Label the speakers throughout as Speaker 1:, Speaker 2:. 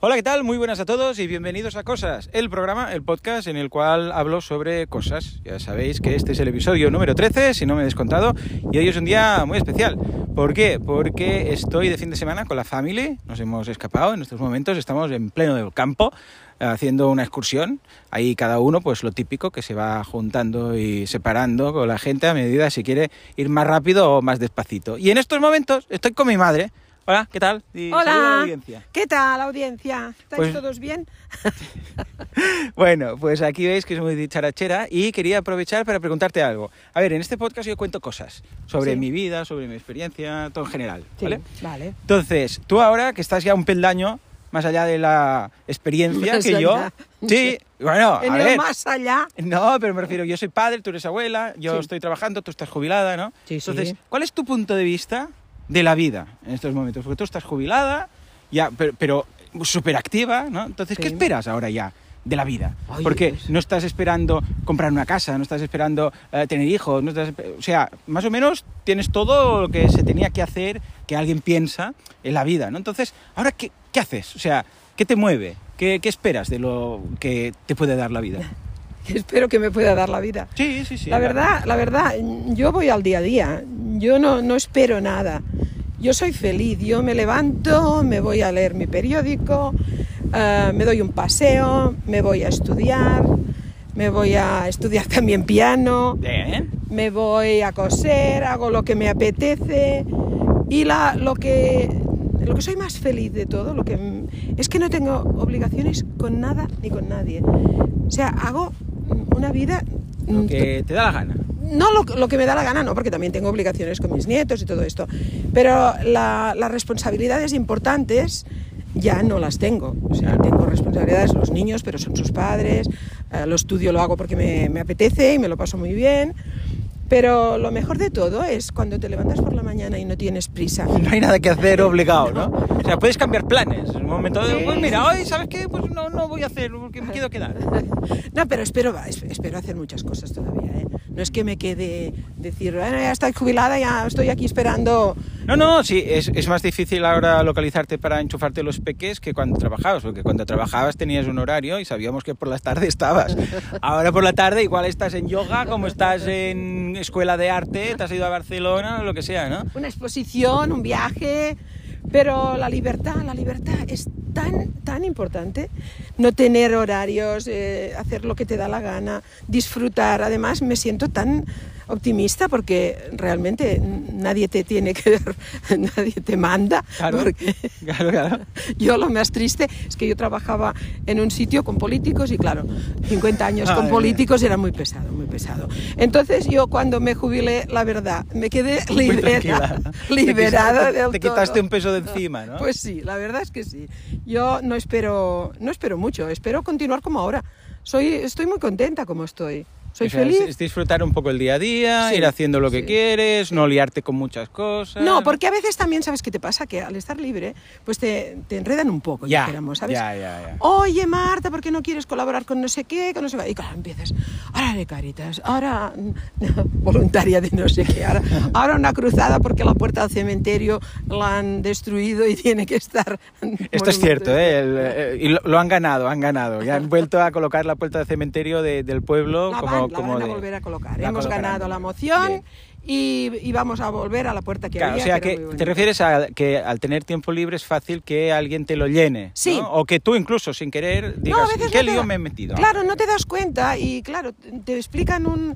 Speaker 1: Hola, ¿qué tal? Muy buenas a todos y bienvenidos a Cosas, el programa, el podcast en el cual hablo sobre cosas. Ya sabéis que este es el episodio número 13, si no me he descontado, y hoy es un día muy especial. ¿Por qué? Porque estoy de fin de semana con la family, nos hemos escapado en estos momentos, estamos en pleno del campo haciendo una excursión, ahí cada uno pues lo típico que se va juntando y separando con la gente a medida si quiere ir más rápido o más despacito. Y en estos momentos estoy con mi madre. Hola, ¿qué tal? Y saludo a la
Speaker 2: Hola,
Speaker 1: audiencia.
Speaker 2: ¿qué tal audiencia? ¿Estáis
Speaker 1: Pues-
Speaker 2: todos bien?
Speaker 1: Bueno, pues aquí veis que es muy dicharachera y quería aprovechar para preguntarte algo. A ver, en este podcast yo cuento cosas sobre
Speaker 2: Sí.
Speaker 1: mi vida, sobre mi experiencia, todo en general, ¿vale?
Speaker 2: vale.
Speaker 1: Entonces, tú ahora que estás ya un peldaño más allá de la experiencia
Speaker 2: Más
Speaker 1: que
Speaker 2: allá.
Speaker 1: yo... Sí, bueno, a
Speaker 2: En el
Speaker 1: ver...
Speaker 2: más allá,
Speaker 1: No, pero me refiero, yo soy padre, tú eres abuela, yo
Speaker 2: Sí.
Speaker 1: estoy trabajando, tú estás jubilada, ¿no?
Speaker 2: Sí, sí.
Speaker 1: Entonces, ¿cuál es tu punto de vista de la vida en estos momentos? Porque tú estás jubilada, ya, pero, pero súper activa, ¿no? Entonces, ¿qué
Speaker 2: Sí.
Speaker 1: esperas ahora ya? de la vida,
Speaker 2: Ay,
Speaker 1: porque
Speaker 2: pues.
Speaker 1: no estás esperando comprar una casa, no estás esperando eh, tener hijos, no estás, espe- o sea, más o menos tienes todo lo que se tenía que hacer, que alguien piensa en la vida, ¿no? Entonces, ahora qué, qué haces, o sea, qué te mueve, ¿Qué, qué esperas de lo que te puede dar la vida.
Speaker 2: espero que me pueda dar la vida.
Speaker 1: Sí, sí, sí.
Speaker 2: la verdad, la verdad, yo voy al día a día, yo no, no espero nada. Yo soy feliz, yo me levanto, me voy a leer mi periódico, eh, me doy un paseo, me voy a estudiar, me voy a estudiar también piano,
Speaker 1: Bien.
Speaker 2: me voy a coser, hago lo que me apetece y la, lo, que, lo que soy más feliz de todo lo que, m- es que no tengo obligaciones con nada ni con nadie. O sea, hago mm, una vida... mm,
Speaker 1: Lo que te da la gana.
Speaker 2: no lo, lo que me da la gana, no, porque también tengo obligaciones con mis nietos y todo esto, pero la- las responsabilidades importantes ya no las tengo. O sea, tengo responsabilidades los niños, pero son sus padres, eh, lo estudio lo hago porque me, me apetece y me lo paso muy bien, pero lo mejor de todo es cuando te levantas por la mañana y no tienes prisa.
Speaker 1: No hay nada que hacer obligado, ¿no? O sea, puedes cambiar planes. En un momento de,
Speaker 2: Sí.
Speaker 1: pues mira, hoy, ¿sabes qué? Pues no, no voy a hacer, porque me quiero quedar.
Speaker 2: No, pero espero, va, es- espero hacer muchas cosas todavía. ¿eh? No es que me quede decir, bueno, ya estoy jubilada, ya estoy aquí esperando
Speaker 1: No, no, sí, es, es más difícil ahora localizarte para enchufarte los peques que cuando trabajabas, porque cuando trabajabas tenías un horario y sabíamos que por las tardes estabas. Ahora por la tarde igual estás en yoga, como estás en escuela de arte, te has ido a Barcelona, lo que sea, ¿no?
Speaker 2: una exposición, un viaje, pero la libertad, la libertad es tan, tan importante. No tener horarios, eh, hacer lo que te da la gana, disfrutar. Además, me siento tan optimista porque realmente n- nadie te tiene que dar, nadie te manda.
Speaker 1: Claro,
Speaker 2: porque-
Speaker 1: claro, claro.
Speaker 2: yo lo más triste es que yo trabajaba en un sitio con políticos y claro, 50 años
Speaker 1: Madre
Speaker 2: con
Speaker 1: mía.
Speaker 2: políticos era muy pesado, muy pesado. Entonces yo cuando me jubilé, la verdad, me quedé
Speaker 1: Muy
Speaker 2: liberada,
Speaker 1: tranquila. Te
Speaker 2: liberada
Speaker 1: quitaste-
Speaker 2: del
Speaker 1: Te
Speaker 2: todo.
Speaker 1: quitaste un peso de encima, ¿no?
Speaker 2: Pues sí, la verdad es que sí. Yo no espero, no espero mucho, espero continuar como ahora. Soy, estoy muy contenta como estoy. Soy
Speaker 1: O sea,
Speaker 2: feliz.
Speaker 1: Es, es disfrutar un poco el día a día,
Speaker 2: Sí,
Speaker 1: ir haciendo lo que
Speaker 2: sí,
Speaker 1: quieres, no liarte con muchas cosas.
Speaker 2: No, porque a veces también, ¿sabes qué te pasa? Que al estar libre, pues te, te enredan un poco,
Speaker 1: Ya,
Speaker 2: dijéramos, ¿sabes?
Speaker 1: ya, ya, ya.
Speaker 2: Oye, Marta, ¿por qué no quieres colaborar con no sé qué? Con no sé qué? Y claro, empiezas, ahora de caritas, ahora mm, voluntaria de no sé qué, ahora, ahora una cruzada porque la puerta del cementerio la han destruido y tiene que estar...
Speaker 1: Esto es cierto, ¿eh? El, eh, y lo, lo han ganado, han ganado. Ya han vuelto a colocar la puerta de cementerio de- del pueblo
Speaker 2: La
Speaker 1: como,
Speaker 2: van, la
Speaker 1: como
Speaker 2: van a
Speaker 1: de-
Speaker 2: volver a colocar.
Speaker 1: la
Speaker 2: Hemos
Speaker 1: colocarán.
Speaker 2: ganado la moción
Speaker 1: Bien.
Speaker 2: y, y vamos a volver a la puerta que
Speaker 1: Claro, o
Speaker 2: había.
Speaker 1: sea
Speaker 2: que era
Speaker 1: que
Speaker 2: muy
Speaker 1: te
Speaker 2: bonita.
Speaker 1: refieres a que al tener tiempo libre es fácil que alguien te lo llene.
Speaker 2: Sí.
Speaker 1: ¿no? O que tú incluso sin querer digas,
Speaker 2: a veces
Speaker 1: ¿qué
Speaker 2: no te
Speaker 1: lío
Speaker 2: da-
Speaker 1: me he metido?
Speaker 2: Claro, no te das cuenta y claro, te explican un...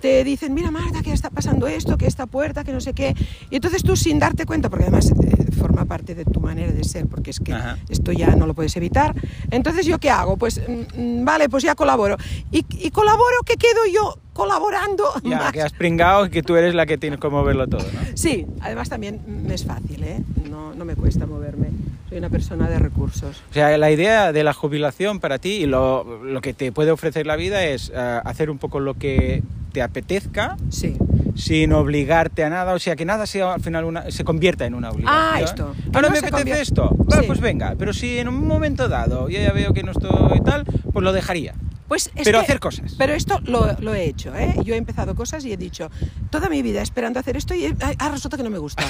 Speaker 2: Te dicen, mira Marta, que está pasando esto, que esta puerta, que no sé qué. Y entonces tú sin darte cuenta, porque además eh, forma parte de tu manera de ser, porque es que
Speaker 1: Ajá.
Speaker 2: esto ya no lo puedes evitar. Entonces yo qué hago? Pues mm, mm, vale, pues ya colaboro. ¿Y, y colaboro que quedo yo colaborando?
Speaker 1: Ya,
Speaker 2: más?
Speaker 1: que has pringado y que tú eres la que tienes que moverlo todo, ¿no?
Speaker 2: Sí, además también mm, es fácil, ¿eh? No, no me cuesta moverme. Soy una persona de recursos.
Speaker 1: O sea, la idea de la jubilación para ti y lo, lo que te puede ofrecer la vida es eh, hacer un poco lo que te apetezca
Speaker 2: Sí.
Speaker 1: sin obligarte a nada, o sea, que nada sea al final una, se convierta en una obligación.
Speaker 2: Ah, esto. Que
Speaker 1: Ahora
Speaker 2: no
Speaker 1: me
Speaker 2: se
Speaker 1: apetece
Speaker 2: convier-
Speaker 1: esto. Vale,
Speaker 2: Sí.
Speaker 1: pues venga, pero si en un momento dado yo ya veo que no estoy tal, pues lo dejaría.
Speaker 2: Pues es
Speaker 1: Pero
Speaker 2: que-
Speaker 1: hacer cosas.
Speaker 2: Pero esto lo, lo he hecho, ¿eh? Yo he empezado cosas y he dicho, toda mi vida esperando hacer esto y ah, resulta que no me gusta.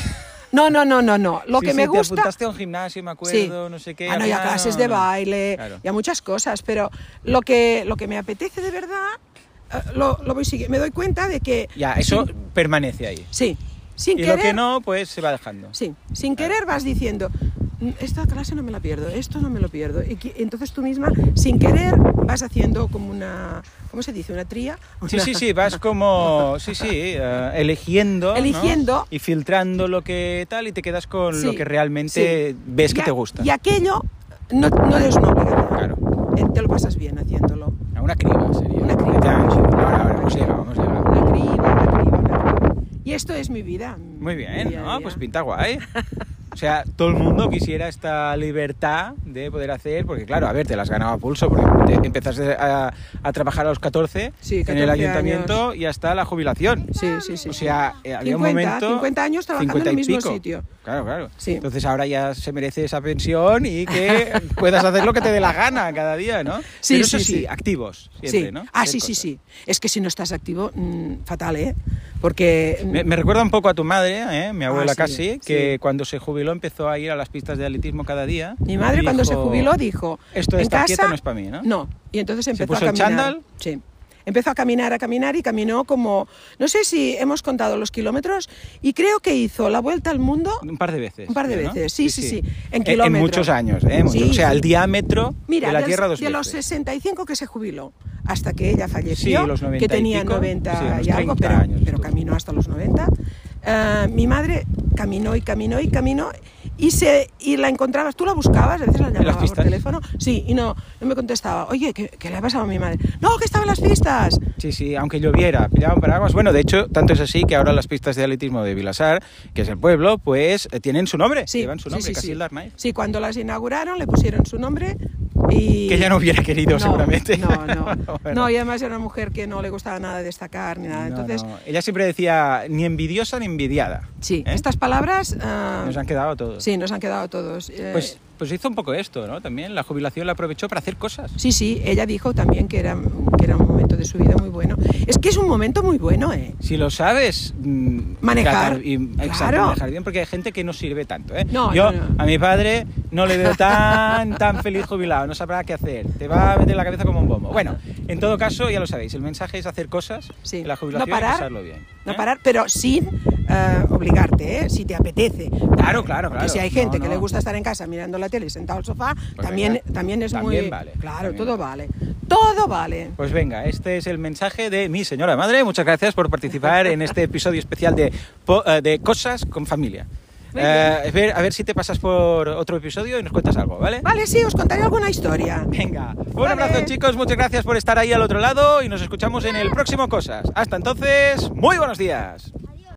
Speaker 2: No, no, no, no, no. Lo
Speaker 1: Sí,
Speaker 2: que
Speaker 1: sí,
Speaker 2: me
Speaker 1: Te
Speaker 2: gusta.
Speaker 1: apuntaste a un gimnasio, me acuerdo,
Speaker 2: Sí.
Speaker 1: no sé qué.
Speaker 2: Ah, no, y a
Speaker 1: ah,
Speaker 2: clases
Speaker 1: no,
Speaker 2: de
Speaker 1: no.
Speaker 2: baile,
Speaker 1: Claro.
Speaker 2: y a muchas cosas, pero lo que, lo que me apetece de verdad, eh, lo, lo voy siguiendo. Me doy cuenta de que...
Speaker 1: Ya, eso
Speaker 2: sin-
Speaker 1: permanece ahí.
Speaker 2: Sí, sin
Speaker 1: y
Speaker 2: querer...
Speaker 1: lo que no, pues se va dejando.
Speaker 2: Sí, sin
Speaker 1: Claro.
Speaker 2: querer vas diciendo, "Mm, esta clase no me la pierdo, esto no me lo pierdo. Y que- entonces tú misma, sin querer, vas haciendo como una... ¿Cómo se dice? ¿Una tría?
Speaker 1: Sí,
Speaker 2: Una-
Speaker 1: sí, sí, vas como, sí, sí, eh, eligiendo. ¿no?
Speaker 2: Eligiendo.
Speaker 1: Y filtrando lo que tal y te quedas con lo
Speaker 2: Sí,
Speaker 1: que realmente
Speaker 2: sí.
Speaker 1: ves que
Speaker 2: Y a-
Speaker 1: te gusta.
Speaker 2: Y aquello no, no es una obligación.
Speaker 1: Claro.
Speaker 2: Eh, Te lo pasas bien haciéndolo.
Speaker 1: A Una criba sería.
Speaker 2: Una criba.
Speaker 1: Ya, ahora, ahora, hemos llegado, hemos llegado.
Speaker 2: Una criba, una criba, una criba. Y esto es mi vida.
Speaker 1: Muy bien,
Speaker 2: Día a
Speaker 1: ¿no?
Speaker 2: día.
Speaker 1: Pues pinta guay. O sea, todo el mundo quisiera esta libertad de poder hacer, porque claro, a ver, te las has ganado a pulso, porque te empezaste a, a trabajar a los 14,
Speaker 2: Sí,
Speaker 1: en el
Speaker 2: 14
Speaker 1: ayuntamiento y hasta la jubilación.
Speaker 2: Sí, sí, sí.
Speaker 1: O
Speaker 2: sí.
Speaker 1: sea, eh, había un
Speaker 2: 50,
Speaker 1: momento...
Speaker 2: 50 años trabajando en el
Speaker 1: 50 y
Speaker 2: mismo
Speaker 1: pico.
Speaker 2: sitio.
Speaker 1: Claro, claro.
Speaker 2: Sí.
Speaker 1: Entonces ahora ya se merece esa pensión y que puedas hacer lo que te dé la gana cada día, ¿no?
Speaker 2: Sí,
Speaker 1: Pero eso
Speaker 2: sí,
Speaker 1: sí,
Speaker 2: sí.
Speaker 1: activos siempre,
Speaker 2: sí.
Speaker 1: ¿no?
Speaker 2: Ah,
Speaker 1: Hacer
Speaker 2: sí, sí,
Speaker 1: cosas.
Speaker 2: sí. Es que si no estás activo, mm, fatal, ¿eh? Porque... mm,
Speaker 1: Me, me recuerda un poco a tu madre, ¿eh? mi abuela
Speaker 2: Ah, sí,
Speaker 1: casi, que
Speaker 2: sí.
Speaker 1: cuando se jubiló empezó a ir a las pistas de atletismo cada día.
Speaker 2: Mi madre
Speaker 1: y
Speaker 2: cuando se
Speaker 1: dijo,
Speaker 2: jubiló dijo,
Speaker 1: Esto de
Speaker 2: en
Speaker 1: estar
Speaker 2: casa
Speaker 1: quieta no es para mí, ¿no?
Speaker 2: No, y entonces empezó
Speaker 1: puso
Speaker 2: a
Speaker 1: el
Speaker 2: caminar.
Speaker 1: chándal?
Speaker 2: Sí. Empezó a caminar, a caminar y caminó como no sé si hemos contado los kilómetros y creo que hizo la vuelta al mundo.
Speaker 1: Un par de veces.
Speaker 2: Un par de
Speaker 1: creo, ¿no?
Speaker 2: veces, sí, sí, sí, en
Speaker 1: En,
Speaker 2: kilómetros.
Speaker 1: muchos años, ¿eh? Muchos.
Speaker 2: Sí,
Speaker 1: o sea,
Speaker 2: sí.
Speaker 1: el diámetro
Speaker 2: Mira,
Speaker 1: de la
Speaker 2: del-
Speaker 1: Tierra dos
Speaker 2: de los
Speaker 1: veces.
Speaker 2: 65 que se jubiló hasta que ella falleció,
Speaker 1: Sí, los 90
Speaker 2: que
Speaker 1: y
Speaker 2: tenía
Speaker 1: pico.
Speaker 2: 90
Speaker 1: Sí, unos
Speaker 2: y
Speaker 1: 30
Speaker 2: algo, pero,
Speaker 1: años
Speaker 2: pero
Speaker 1: estuvo.
Speaker 2: caminó hasta los 90. Eh, mi madre caminó y caminó y caminó y se y la encontrabas, tú la buscabas, a veces la
Speaker 1: las
Speaker 2: llamabas por
Speaker 1: pistas?
Speaker 2: teléfono, sí, y no, no me contestaba. Oye, ¿qué, qué le ha pasado a mi madre? No, que estaba en las pistas.
Speaker 1: Sí, sí, aunque lloviera, pillaban paraguas. Bueno, de hecho, tanto es así que ahora las pistas de atletismo de Vilasar, que es el pueblo, pues eh, tienen su nombre,
Speaker 2: Sí,
Speaker 1: llevan su nombre,
Speaker 2: sí, sí,
Speaker 1: Casilda
Speaker 2: sí.
Speaker 1: Arnaiz.
Speaker 2: Sí, cuando las inauguraron le pusieron su nombre y
Speaker 1: Que ella no hubiera querido,
Speaker 2: No,
Speaker 1: seguramente.
Speaker 2: No, no.
Speaker 1: Bueno.
Speaker 2: No, y además era una mujer que no le gustaba nada destacar ni nada.
Speaker 1: No,
Speaker 2: Entonces,
Speaker 1: no. Ella siempre decía, ni envidiosa ni envidiada.
Speaker 2: Sí,
Speaker 1: ¿Eh?
Speaker 2: estas palabras ah,
Speaker 1: Nos han quedado a todos.
Speaker 2: sí, nos han quedado a todos. Eh,
Speaker 1: Pues, pues hizo un poco esto, ¿no? También la jubilación la aprovechó para hacer cosas.
Speaker 2: sí, sí, ella dijo también que era, que era un momento de su vida muy bueno. Es que es un momento muy bueno, ¿eh?
Speaker 1: Si lo sabes mm,
Speaker 2: Manejar,
Speaker 1: tratar y- exacto,
Speaker 2: claro.
Speaker 1: manejar bien, porque hay gente que no sirve tanto. ¿eh?
Speaker 2: No,
Speaker 1: Yo
Speaker 2: no, no.
Speaker 1: a mi padre no le veo tan, tan feliz jubilado, no sabrá qué hacer, te va a meter la cabeza como un bombo. Bueno, en todo caso, ya lo sabéis, el mensaje es hacer cosas
Speaker 2: Sí.
Speaker 1: en la jubilación
Speaker 2: No parar,
Speaker 1: y pasarlo bien.
Speaker 2: No
Speaker 1: ¿eh?
Speaker 2: parar, pero sin eh, obligarte, ¿eh? Si te apetece.
Speaker 1: Claro, claro,
Speaker 2: Porque
Speaker 1: claro.
Speaker 2: si hay gente
Speaker 1: No,
Speaker 2: que
Speaker 1: no.
Speaker 2: le gusta estar en casa mirando la tele y sentado al sofá,
Speaker 1: Pues
Speaker 2: también,
Speaker 1: venga.
Speaker 2: también es
Speaker 1: También
Speaker 2: muy...
Speaker 1: vale,
Speaker 2: Claro,
Speaker 1: también
Speaker 2: todo vale. Todo vale.
Speaker 1: Pues venga, este es el mensaje de mi señora madre. Muchas gracias por participar en este episodio especial de, po- eh, de Cosas con Familia.
Speaker 2: Muy
Speaker 1: Eh,
Speaker 2: bien.
Speaker 1: a, ver, a ver si te pasas por otro episodio y nos cuentas algo, ¿vale?
Speaker 2: Vale, sí, os contaré alguna historia.
Speaker 1: Venga, un
Speaker 2: Vale.
Speaker 1: abrazo chicos, muchas gracias por estar ahí al otro lado y nos escuchamos en el próximo Cosas. Hasta entonces, muy buenos días.